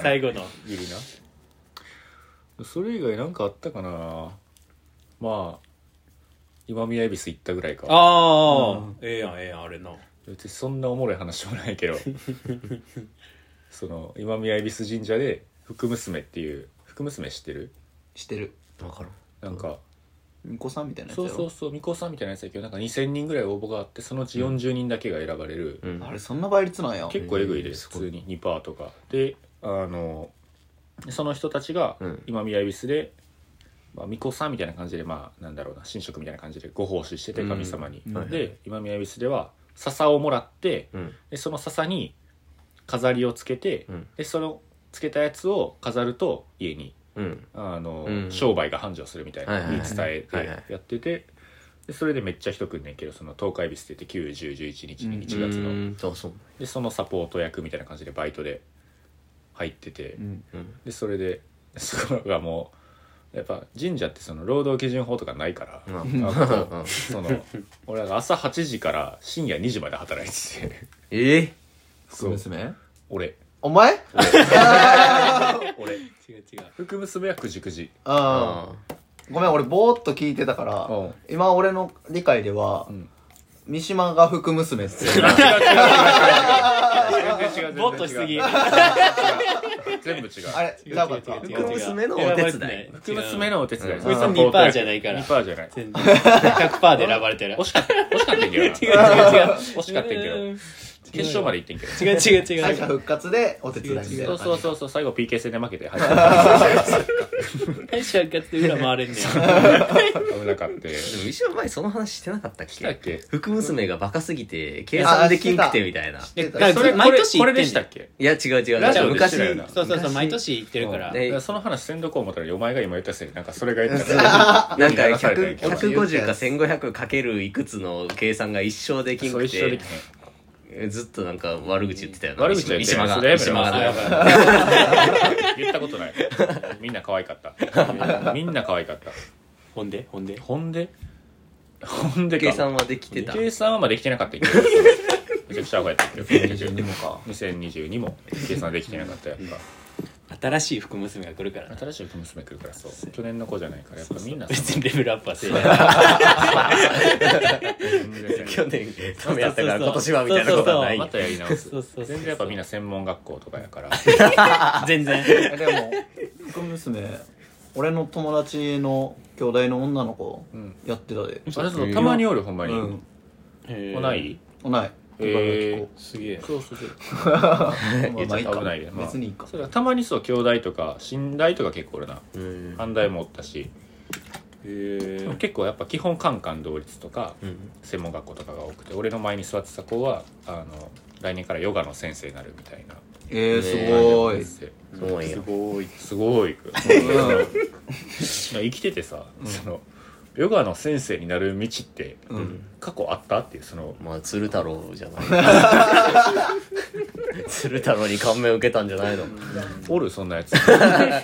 S2: 最後の
S4: ギリなそれ以外なんかあったかなまあ今宮恵比寿行ったぐらいか
S2: ああええやんええやんあれの
S4: 別にそんなおもろい話もないけどその今宮恵比寿神社で福娘っていう福娘知ってる
S1: してる
S4: 分かるなんか
S1: 巫女さんみたいなやつ
S4: そ
S1: や
S4: う
S1: ろ
S4: そうそう巫女さんみたいなやつだけどなんか2000人ぐらい応募があってそのうち40人だけが選ばれる、
S3: うん
S1: あれそんな倍率なんや
S4: 結構えぐいです
S3: うん
S4: 普通に2パーとかであのその人たちが
S3: うん
S4: 今宮恵比寿で、まあ、巫女さんみたいな感じでまあなんだろうな神職みたいな感じでご奉仕してて
S3: うん
S4: 神様に、
S1: はいはい
S4: で今宮恵比寿では笹をもらって
S3: うん
S4: でその笹に飾りをつけて、
S3: うん
S4: でそのつけたやつを飾ると家に
S3: うん
S4: あの、
S3: うん
S4: 商売が繁盛するみたい
S3: は
S4: ない
S3: はいはい
S4: 言い伝え
S3: はいはい
S4: てやってて、でそれでめっちゃ人来んねんけどその東海恵比寿って言って91011日に1月の。
S3: うんそうそう
S4: でそのサポート役みたいな感じでバイトで入ってて、
S1: うん
S3: うん
S4: でそれで そこがもうやっぱ神社ってその労働基準法とかないから、
S3: うん
S4: あと
S3: うん
S4: その俺は朝8時から深夜2時まで働いてて
S3: ええ
S4: そう
S1: 娘
S4: 俺
S1: お前
S4: 俺
S2: 違う違う
S4: 福娘は9時9時
S1: あ
S3: あ
S1: ごめん俺ぼーっと聞いてたから
S4: うん
S1: 今俺の理解では
S4: うん
S1: 三島が福娘って
S4: 違う違う違う違う違う
S2: ボッとしすぎ
S4: 全部違う
S1: あれ
S2: 違う
S1: じゃなかった
S2: 違う違う違う
S3: 福娘のお手伝い
S4: 福娘のお手伝い
S3: うん
S4: それサポート
S2: 2%
S4: 役
S2: じゃないから
S4: 2%じゃない
S2: 全然100%で選ばれてる
S4: 惜しかった惜しかったんやけどな
S2: 違う違う違う
S4: 惜しかったんやけど決勝まで行ってんけど
S2: 違う違う違う
S1: 敗者復活でお手伝いみたい
S4: そ
S1: な感
S4: うそう
S1: じ
S4: そうそう最後 PK 戦で負け て入った
S2: 敗者復活で裏回れんねん
S4: 危なかった
S3: でも一緒前その話してなかったっ
S4: したっ
S3: け
S4: け
S3: 福娘がバカすぎて計算できんくてみたいな
S1: 知ってた
S2: だから
S4: それ
S2: 毎年
S4: これこれ
S2: 行ってんねん
S4: でしたっけ
S3: いや違う違う
S4: ラジオで
S3: 昔
S4: してるよな
S2: そうそうそう毎年行ってるから
S4: うん
S3: ね
S4: だらその話せんどこ思ったらお前が今言ったせいでなんかそれが言った
S3: なんか
S4: 流されたんや
S3: 100
S4: けど
S3: 150か1500かけるいくつの計算が一生できん
S4: そう
S3: く
S4: 一緒で
S3: て
S4: き
S3: ずっとなんか悪口言ってたよな
S4: 悪口は言って
S3: 三
S4: ない
S3: 島
S4: そ
S3: が
S4: れ
S3: 三
S4: やめろ
S3: 島
S4: それや
S3: が
S4: めろ 言ったこと ないみんな可愛かったみんな可愛かった
S2: ほんでほんで
S4: ほんでほんでか
S3: 計算はできてた
S4: 計算はまでできてなかったけど めちゃくちゃアホやったけど2022もか2022も計算できてなかったやっぱ
S2: 新しい福娘が来るからな
S4: 新しい娘来るからそう去年の子じゃないからやっぱみんなさ
S2: 別にレベルアップはせえや
S4: 全然
S3: 去年ダメやったから今年はみたいなことはない
S4: またやり直す
S2: そうそうそう
S4: 全然やっぱみんな専門学校とかやから
S2: 全然
S1: えでも福娘俺の友達の兄弟の女の子
S4: うん
S1: やってたで
S4: あれそうたまにおるほんま
S1: う
S4: に、
S1: ん
S4: 来ない
S1: ない
S4: へー
S2: すげえ
S4: そうそうそう
S1: まあまあいいか
S4: 言っちゃった危ないねまあ
S1: 別にいいか
S4: それはたまにそう兄弟とか信頼とか結構おるな
S3: うん
S4: 反対もおったし
S2: へ
S4: でも結構やっぱ基本カンカン同率とか
S3: うん
S4: 専門学校とかが多くて俺の前に座ってた子はあの来年からヨガの先生になるみたいな
S1: えー、すごーい
S3: すごいよ
S4: ごいすごい生きててさ、そのヨガの先生になる道って
S1: うん、うん、
S4: 過去あったっていうその
S3: まあ鶴太郎じゃ ない鶴太郎に感銘を受けたんじゃないの
S4: おるそんな やつ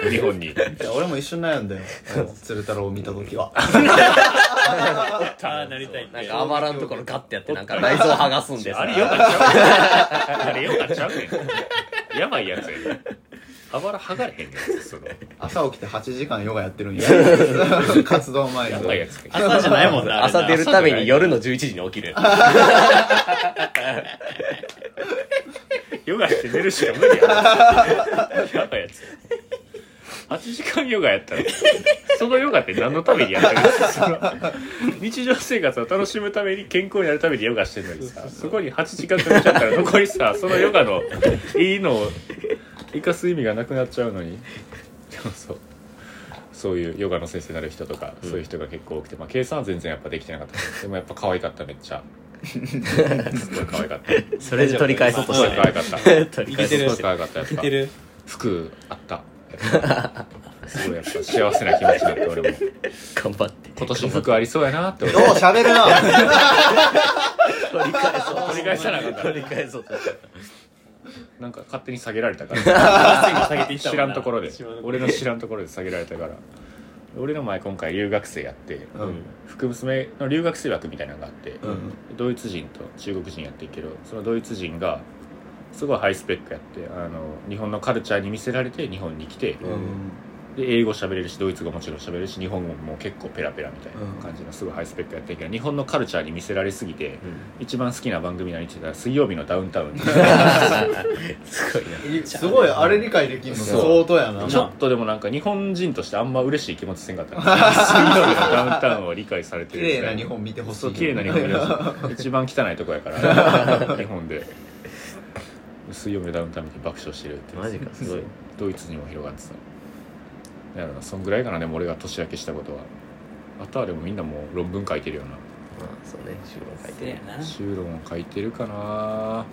S4: 日本に
S1: いや俺も一緒に悩んだよあの鶴太郎を見た時 は
S2: ああなりたいって
S3: なんかあばらんところガッてやってなんか内臓剥がすんで
S4: あ
S3: さ
S4: れヨガち ゃうねんあれヨガちゃうねんやばいやつやねんあばら剥がれへんねんその
S1: 朝起きて8時間ヨガやってるん や活動前
S4: や
S1: に
S4: ばいやつやねん
S2: 朝じゃないもんなあれな
S3: 朝出るために夜の11時に起きる
S4: ヨガして寝るしか無理ややばいやつ8時間ヨガやったらそのヨガって何のためにやってるのその日常生活を楽しむために健康になるためにヨガしてるのにさそこに8時間かけちゃったら残りさそのヨガのいいのを生かす意味がなくなっちゃうのにでもそうそういうヨガの先生になる人とか、そういう人が結構多くて、まあ、計算は全然やっぱできてなかったけどでもやっぱ可愛かっためっちゃすごい可愛かった
S3: それで取り返そうと
S4: す
S3: し
S4: ごい
S3: て
S4: 可愛かった
S3: る 取り返そう
S4: す
S3: と
S4: ご
S3: し
S4: い
S3: て
S4: 可愛かったやっ
S2: 似
S4: ぱ
S2: てる
S4: 服あったすごいやっぱ幸せな気持ちになって俺も
S3: る頑張って
S4: 今年服ありそうやなって思
S1: よう喋るな
S3: 取り返そう
S4: 取り返さなかった
S3: 取り返そうとしてる
S4: なんか勝手に下げられ たから
S2: 下げていったも
S4: 知
S2: ん
S4: ら
S2: なん
S4: ところで
S2: 知らんところ
S4: 俺の知らんところで下げられたから俺の前今回留学生やって、
S1: うん
S4: 福娘の留学生枠みたいなのがあって、
S1: うん
S4: ドイツ人と中国人やってるけどそのドイツ人がすごいハイスペックやってあの日本のカルチャーに見せられて日本に来て、
S3: うん
S4: で英語喋れるしドイツ語もちろん喋れるし日本語も結構ペラペラみたいな感じのすごいハイスペックやってるけど、日本のカルチャーに見せられすぎて、一番好きな番組何って言ったら水曜日のダウ ンタウン
S3: すごいな
S1: すごいあれ理解できんの
S4: そう
S1: 相当やな
S4: ちょっとでもなんか日本人としてあんま嬉しい気持ちせ んかった水曜日のダウンタウンを理解されて
S1: 綺
S4: る
S1: 麗な日本見てほし
S4: そう
S1: い
S4: 綺麗な日本だ し一番汚いとこやから日本で水曜日のダウンタウン見て爆笑してるって
S3: マジかすごい
S4: ドイツにも広がってただからそんぐらいかなでも俺が年明けしたことはあとはでもみんなもう論文書いてるよな
S3: まあそうね収録書い
S2: せ
S3: て
S2: や
S3: る
S2: な
S4: 修論を書いてるかな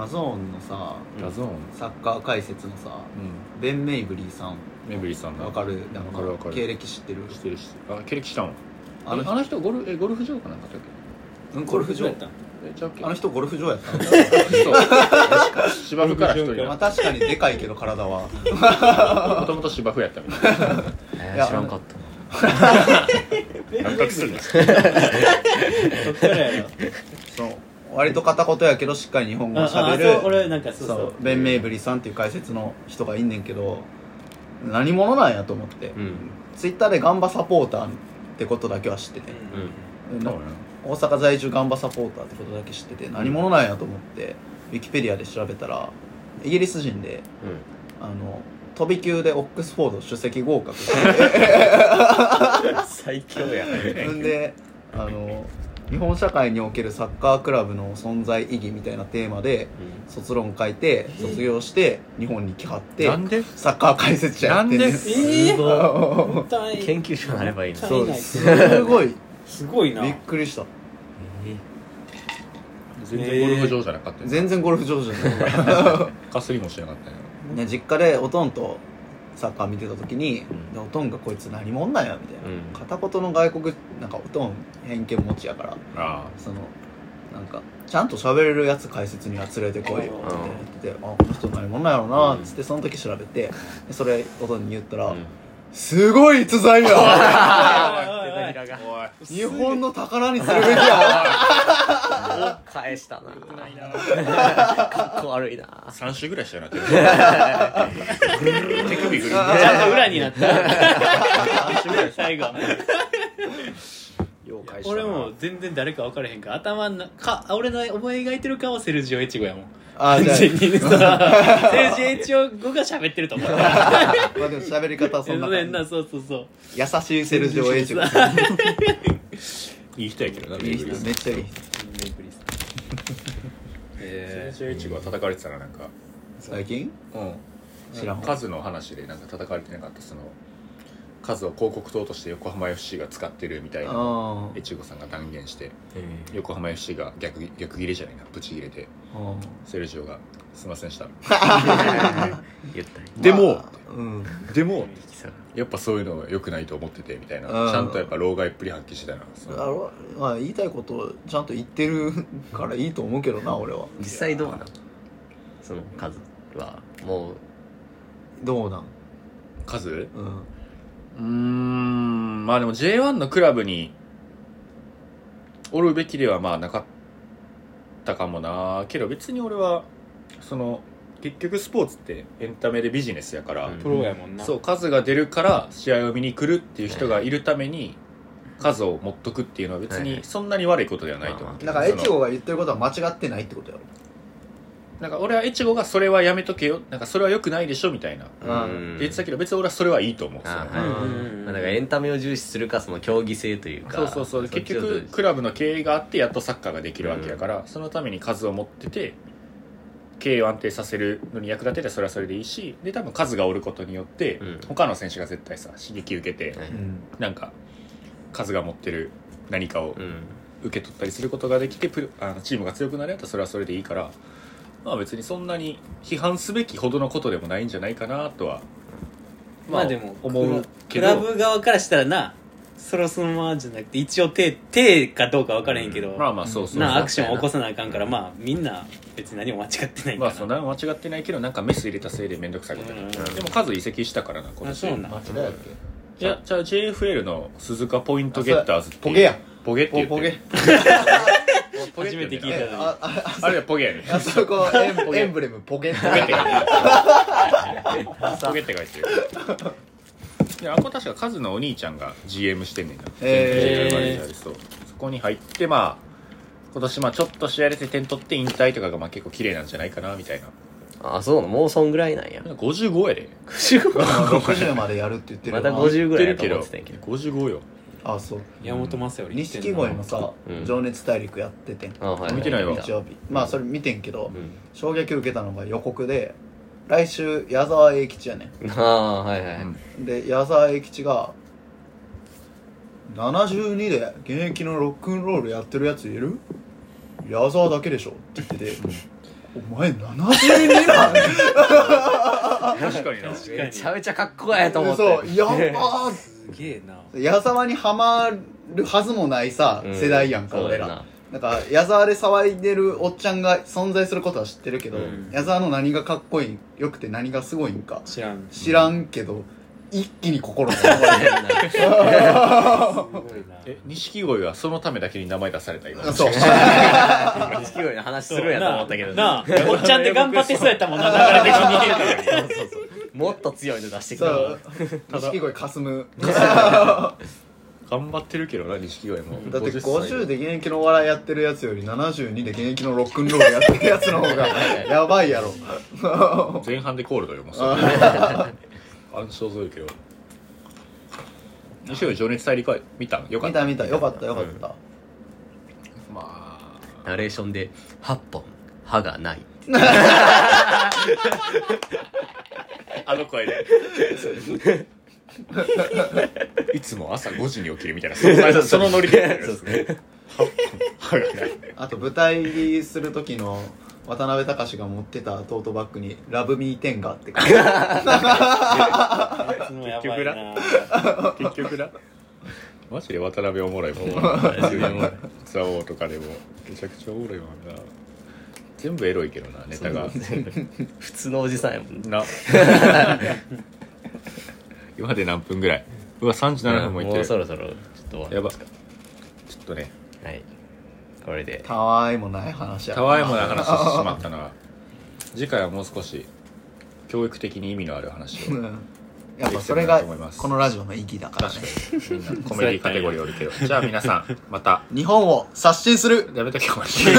S1: ダゾーンのさ
S4: ダゾーン
S1: サッカー解説のさ
S4: う
S1: ベン・メイブリーさん
S4: んめぐりさんな
S1: わかる
S4: わかるわかる
S1: 経歴知ってる
S4: してるしてるあ経歴したんあ
S1: あ
S4: の
S1: の
S4: あの人ゴルえゴルフ場かなんかだ
S1: う
S4: っ
S1: んゴルフ場
S2: どうやったん
S4: けえちゃうっけ
S1: あの人ゴルフ場やった
S4: そう芝生から一人
S1: まあ
S4: も
S1: 確かにでかいけど体は
S4: ともと芝生やったみたい
S3: えー
S1: いや
S3: 知らんかったな
S4: な感覚するな
S2: そっからやろ
S1: そう割と片言やけどしっかり日本語を
S2: あ
S1: 喋
S2: あそう
S1: る
S2: 俺なんかそう
S1: そ
S2: そう
S1: うベン・メイブリーさんっていう解説の人がいんねんけど何者なんやと思って
S3: うん
S1: ツイッターでガンバサポーターってことだけは知ってて
S2: うん
S1: な大阪在住ガンバサポーターってことだけ知ってて何者なんやと思ってウィキペディアで調べたらイギリス人であの飛び級でオックスフォード首席合格 して
S3: うん最強や
S1: そんであの日本社会におけるサッカークラブの存在意義みたいなテーマで卒論書いて卒業して日本に来はって
S4: なんで
S1: サッカー解説者やってん
S4: なん
S1: ね
S4: で
S1: ん
S2: ええ
S1: あ
S2: も
S1: の
S2: ったい
S3: 研究所になればいいの
S2: そ
S1: そうすごい
S2: すごいな
S1: びっくりした
S4: 全然ゴルフ場じゃなかったよ
S1: 全然ゴルフ上手じゃない
S4: かすりもしなかったよ
S1: ね、 実家でおとんとサッカー見てた時に、
S4: ん
S1: でおとんがこいつ何者なんやみたいな、
S3: うん
S1: 片言の外国なんかおとん偏見持ちやから
S4: あ
S1: そのなんかちゃんと喋れるやつ解説には連れてこいよみ
S2: うん
S1: たいな言ってて「あこの人何者なんやろな」っつってその時調べてでそれおとんに言ったら「すごい逸材や
S2: あー
S4: あお い
S1: 日本の宝にするべきや
S3: 返したなかっこ悪いな
S4: 3週ぐらいしたよな手 首手首ぐるぐる
S2: ちゃんと裏になった最後
S3: よう返したな
S2: 俺もう全然誰か分からへんから頭んなか俺の思い描いてる顔はセルジオエチゴやもん
S1: あー
S2: 完
S1: じゃ
S2: 全にさセルジオエチゴが喋ってると思う
S1: あまあでも喋り方はそんな
S2: そうやんな
S1: 感じ
S2: そうそうそう
S1: 優しいセルジオ・エイジが
S4: いい人やけどない
S1: い人めっちゃいい人
S2: メイプリス
S4: セル
S2: え
S4: ジオイチゴは叩かれてたらなんか
S1: 最近
S4: うん
S1: 知らん
S4: カズの話でなんか叩かれてなかったそのカズを広告塔として横浜 FC が使ってるみたいな
S1: あ
S4: エチゴさんが断言して
S3: えー
S4: 横浜 FC が逆ぎ逆切れじゃないなブチ切れて
S1: あ
S4: セルジオが「すいませんでした
S3: 言ったり」
S4: でも
S1: うん
S4: でもやっぱそういうのは良くないと思っててみたいな
S1: うん
S4: ちゃんとやっぱ老害っぷり発揮してたなそ
S1: あ
S4: の
S1: ろまあ言いたいことをちゃんと言ってるからいいと思うけどな俺は
S3: 実際どうなのその数はもう
S1: どうなん
S4: カズ
S1: うん
S4: うーんまあでも J1 のクラブにおるべきではまあなかったかもなけど別に俺はその結局スポーツってエンタメでビジネスやから、
S3: うん
S2: プロやもんな
S4: そう数が出るから試合を見に来るっていう人がいるために数を持っとくっていうのは別
S3: はいは
S4: に
S3: い
S4: そんなに悪いことではないと思うけ
S1: だ
S4: ど
S1: からエチ
S4: その
S1: ゴが言ってることは間違ってないってことやろ
S4: なんか俺はエチゴがそれはやめとけよなんかそれは良くないでしょみたいな、って
S1: あ
S4: 言ってたけど別に俺はそれはいいと思うその
S3: あーはい
S2: うんうんうん
S3: まあだからエンタメを重視するかその競技性というか
S4: そうそうそう
S3: っち
S4: 結
S3: をど
S4: 局クラブの経営があってやっとサッカーができるわけだから、そのために数を持ってて経営を安定させるのに役立ててそれはそれでいいしで多分数がおることによって、
S3: うん
S4: 他の選手が絶対さ刺激受けて、
S3: はい
S1: うん
S4: なんか数が持ってる何かを
S3: うん
S4: 受け取ったりすることができてプロあのチームが強くなるんやったらそれはそれでいいから、まあ、別にそんなに批判すべきほどのことでもないんじゃないかなとは、
S2: まあでも
S4: 思うけ
S2: ク
S4: ど
S2: ラブ側からしたらなそれはそのままじゃなくて一応手手かどうか分からへんけど、
S4: まあまあそうそうそう
S2: なアクションを起こさなあかんからまあみんな別に何も間違ってないか
S4: ま
S2: ら、
S4: あそんな間違ってないけどなんかメス入れたせいで面倒くさいことになった
S2: うん
S4: でも数移籍したからな今
S2: あ
S4: 年
S2: そうなん
S1: マジだっ
S4: いやじゃあ JFL の鈴鹿ポイントゲッターズっていう
S1: ポゲや
S4: ポゲっ
S1: け
S4: て言
S1: ポ
S4: って
S1: ポゲ
S4: ポゲって言って
S2: 初めて聞い
S4: る
S1: え
S2: た
S1: ああ
S4: あれはポゲや ねん
S1: あそこエンエンブレムポケット
S4: ポゲって書いてるポゲって書いてるいやあこれ確かカズのお兄ちゃんが GM してんねんな
S1: へ
S2: ー
S4: GM マネージャーですとそこに入ってまあ今年まあちょっと試合で点取って引退とかがまあ結構綺麗なんじゃないかなみたいな
S3: あそうなのもうそんぐらいなんや
S4: 55やで
S1: 60までやるって言ってる
S3: ま
S1: よ
S3: た
S1: な
S3: 50ぐらいだと思
S4: 言
S3: っ
S4: って
S3: たんや
S4: てる
S3: け
S4: け
S3: ど
S4: ど55よ
S1: あそう
S2: 山本昌より
S1: 錦鯉もさ
S3: う
S1: 「
S3: ん
S1: 情熱大陸」やっててん
S3: あ、はい、
S4: 見てないわ
S1: 日曜日まあそれ見てんけど
S3: うん
S1: 衝撃受けたのが予告で来週矢沢永吉やね
S3: ああはいはい、
S4: うん
S1: んで矢沢永吉が72で現役のロックンロールやってるやついる矢沢だけでしょって言っててお前72なん
S4: 確かにな
S2: 確か
S3: め
S2: に
S3: ちゃめちゃかっこ ええと思って
S1: そうやばーっ
S2: すげえな
S1: 矢沢にはまるはずもないさ、
S3: うん
S1: 世代やんか
S3: そう
S1: 俺
S3: や
S1: ら
S3: な
S1: なんか矢沢で騒いでるおっちゃんが存在することは知ってるけど、
S2: うん
S1: 矢沢の何がかっこいいよくて何がすごいんか
S2: 知らんす
S1: 知らんけど、一気に心が奪われる
S2: ごいな
S4: え錦鯉はそのためだけに名前出された今
S1: そう
S3: 錦鯉の話するんやと思ったけど
S2: なあ
S3: ね
S2: おっちゃんで頑張ってそうやったもんな流れ的 に
S3: そうそうそう もっと強いの出してく
S1: そ
S3: る
S1: う錦鯉かす む
S4: 頑張ってるけどな錦鯉も
S1: だって
S4: 歳
S1: 50で現役のお笑いやってるやつより72で現役のロックンロールやってるやつの方がやばいやろ
S4: 前半でコールドよもうそれ暗唱するけど錦鯉情熱大陸は見たよかっ
S1: 見
S4: た
S1: た見たよかったよかった、
S4: まあ
S3: ナレーションで8本歯がない
S4: あの声 でいつも朝5時に起きるみたいなそのそのノリで
S3: そうですね
S4: 歯がない
S1: あと舞台入りする時の渡辺隆が持ってたトートバッグに「ラブミーテンガーって書いて ある
S2: やばいな
S4: 結局なマジで渡辺おもろいもんザオとかでもめちゃくちゃおもろいもんな全部エロいけどなネタが
S3: 普通のおじさんやもん
S4: な今まで何分ぐらいうわ37分もいって
S3: もうそ
S4: る
S3: ろそろちょっと終わ
S4: やばち
S3: す
S4: ょ
S3: か
S4: っとね
S3: はいこれで
S1: たわいもない話や
S4: たわいもない話してしまったな次回はもう少し教育的に意味のある話を
S1: うんやっぱそれが
S4: できてるなと思います
S1: このラジオの意義だからね
S4: みんなコメディカテゴリーおるけどじゃあ皆さんまた
S1: 日本を刷新する
S4: やめときましょう